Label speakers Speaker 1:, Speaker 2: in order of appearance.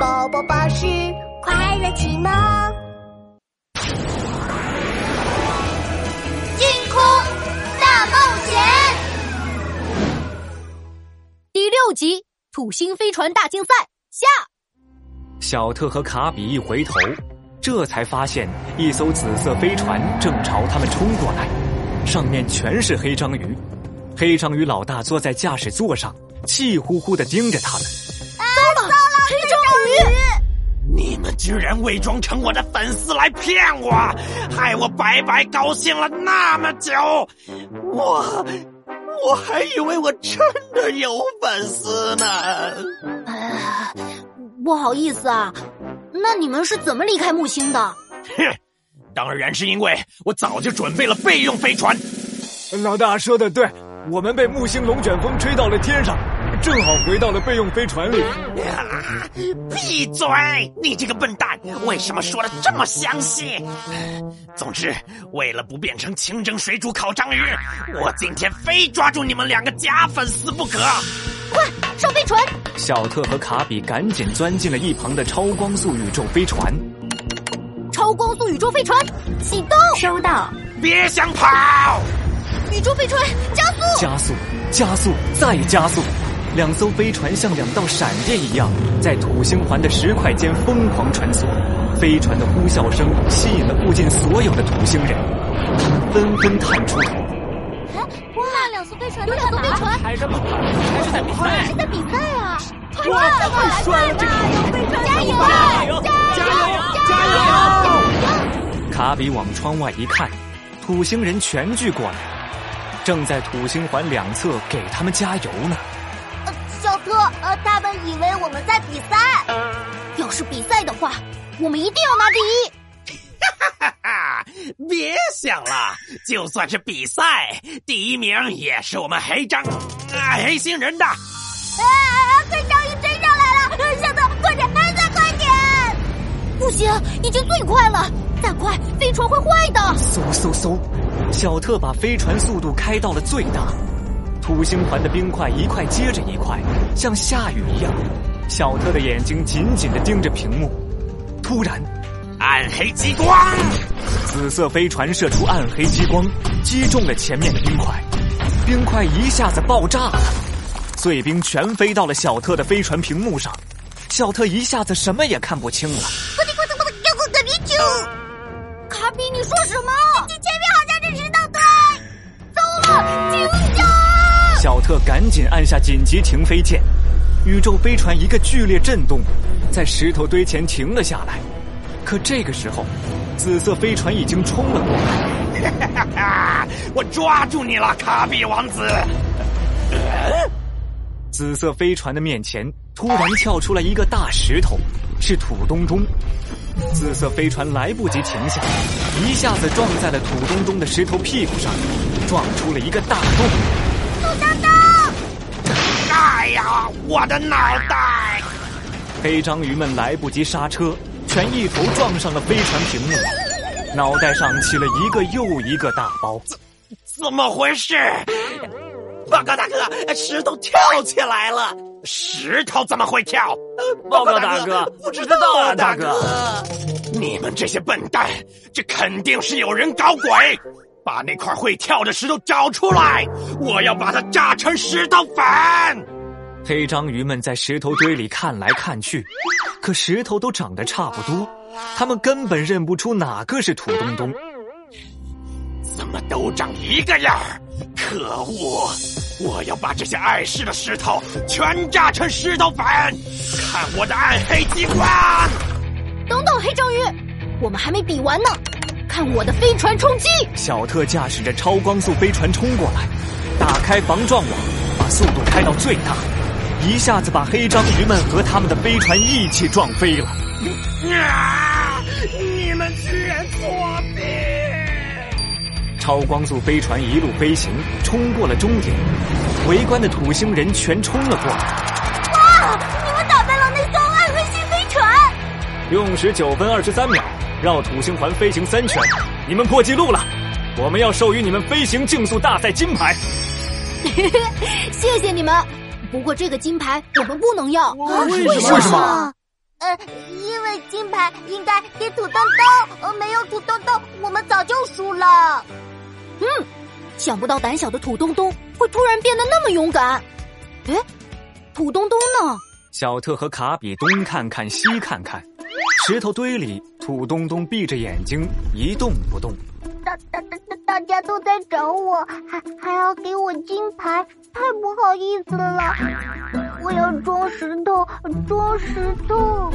Speaker 1: 宝宝巴士快乐启蒙。
Speaker 2: 金箍大冒险
Speaker 3: 第六集土星飞船大竞赛下，
Speaker 4: 小特和卡比一回头，这才发现一艘紫色飞船正朝他们冲过来，上面全是黑章鱼。黑章鱼老大坐在驾驶座上，气呼呼的盯着他们。
Speaker 3: 黑章鱼
Speaker 5: 你们居然伪装成我的粉丝来骗我，害我白白高兴了那么久。我我还以为我真的有粉丝呢。
Speaker 3: 不好意思啊，那你们是怎么离开木星的？
Speaker 5: 哼，当然是因为我早就准备了备用飞船。
Speaker 4: 老大说的对，我们被木星龙卷风吹到了天上，正好回到了备用飞船里。
Speaker 5: 啊！闭嘴！你这个笨蛋，为什么说的这么详细？总之，为了不变成清蒸水煮烤章鱼，我今天非抓住你们两个假粉丝不可。
Speaker 3: 上飞船！
Speaker 4: 小特和卡比赶紧钻进了一旁的超光速宇宙飞船。
Speaker 3: 超光速宇宙飞船启动，
Speaker 1: 收到，
Speaker 5: 别想跑！
Speaker 3: 宇宙飞船加速！
Speaker 4: 加速，加速，再加速！两艘飞船像两道闪电一样，在土星环的石块间疯狂穿梭。飞船的呼啸声吸引了附近所有的土星人，他们纷纷探出头。
Speaker 3: 哇，那两艘飞船有两艘飞船，还是啊在比赛啊！快点，快来快来！加油！加油！加油！加油！
Speaker 4: 卡比往窗外一看，土星人全聚过来，正在土星环两侧给他们加油呢。
Speaker 2: 小特，呃，他们以为我们在比赛。
Speaker 3: 要是比赛的话，我们一定要拿第一！
Speaker 5: 哈哈，别想了，就算是比赛，第一名也是我们黑章、啊黑星人的。
Speaker 3: 呃
Speaker 2: 啊！黑章鱼追上来了！呃小特，快点，哎再快点！
Speaker 3: 不行，已经最快了，再快飞船会坏的。
Speaker 4: 嗖嗖嗖！小特把飞船速度开到了最大，土星环的冰块一块接着一块，像下雨一样。小特的眼睛紧紧地盯着屏幕。突然，
Speaker 5: 暗黑激光，
Speaker 4: 紫色飞船射出暗黑激光，击中了前面的冰块，冰块一下子爆炸了，碎冰全飞到了小特的飞船屏幕上。小特一下子什么也看不清了。
Speaker 2: 快点，快点，快点，给我个啤酒！
Speaker 3: 卡比，你说什么？
Speaker 2: 这前面好像是石头堆。糟了，警长！
Speaker 4: 小特赶紧按下紧急停飞键，宇宙飞船一个剧烈震动，在石头堆前停了下来。可这个时候，紫色飞船已经冲了过来。
Speaker 5: 哈哈，啊我抓住你了，卡比王子！
Speaker 4: 紫色飞船的面前突然跳出来一个大石头，是土东东。紫色飞船来不及停下，一下子撞在了土东东的石头屁股上，撞出了一个大洞。
Speaker 5: 哎呀，我的脑袋！
Speaker 4: 黑章鱼们来不及刹车，全一头撞上了飞船屏幕，脑袋上起了一个又一个大包。
Speaker 5: 怎么回事？报告大哥，石头跳起来了。石头怎么会跳？呃
Speaker 6: 报告大哥
Speaker 5: 不知道
Speaker 6: 不知道
Speaker 5: 啊，
Speaker 6: 啊
Speaker 5: 大哥。你们这些笨蛋，这肯定是有人搞鬼！把那块会跳的石头找出来，我要把它炸成石头粉。
Speaker 4: 黑章鱼们在石头堆里看来看去，可石头都长得差不多，他们根本认不出哪个是土东东。
Speaker 5: 怎么都长一个样儿？可恶！我要把这些碍事的石头全炸成石头粉，看我的暗黑激光！
Speaker 3: 等等，黑章鱼，我们还没比完呢，看我的飞船冲击！
Speaker 4: 小特驾驶着超光速飞船冲过来，打开防撞网，把速度开到最大，一下子把黑章鱼们和他们的飞船一起撞飞了。
Speaker 5: 啊！你们居然作弊！
Speaker 4: 超光速飞船一路飞行，冲过了终点，围观的土星人全冲了过来。
Speaker 2: 你们打败了那艘暗黑星飞船！
Speaker 4: 用时九分二十三秒，绕土星环飞行三圈，你们破纪录了！我们要授予你们飞行竞速大赛金牌。
Speaker 3: 谢谢你们，不过这个金牌我们不能要。啊
Speaker 4: 为什么为什么？
Speaker 2: 呃，因为金牌应该给土豆豆，呃，没有土豆豆，我们早就输了。
Speaker 3: 嗯，想不到胆小的土东东会突然变得那么勇敢。哎，土东东呢？
Speaker 4: 小特和卡比东看看西看看，石头堆里，土东东闭着眼睛一动不动。
Speaker 2: 大大大大大家都在找我，还还要给我金牌，太不好意思了。我要装石头，装石头。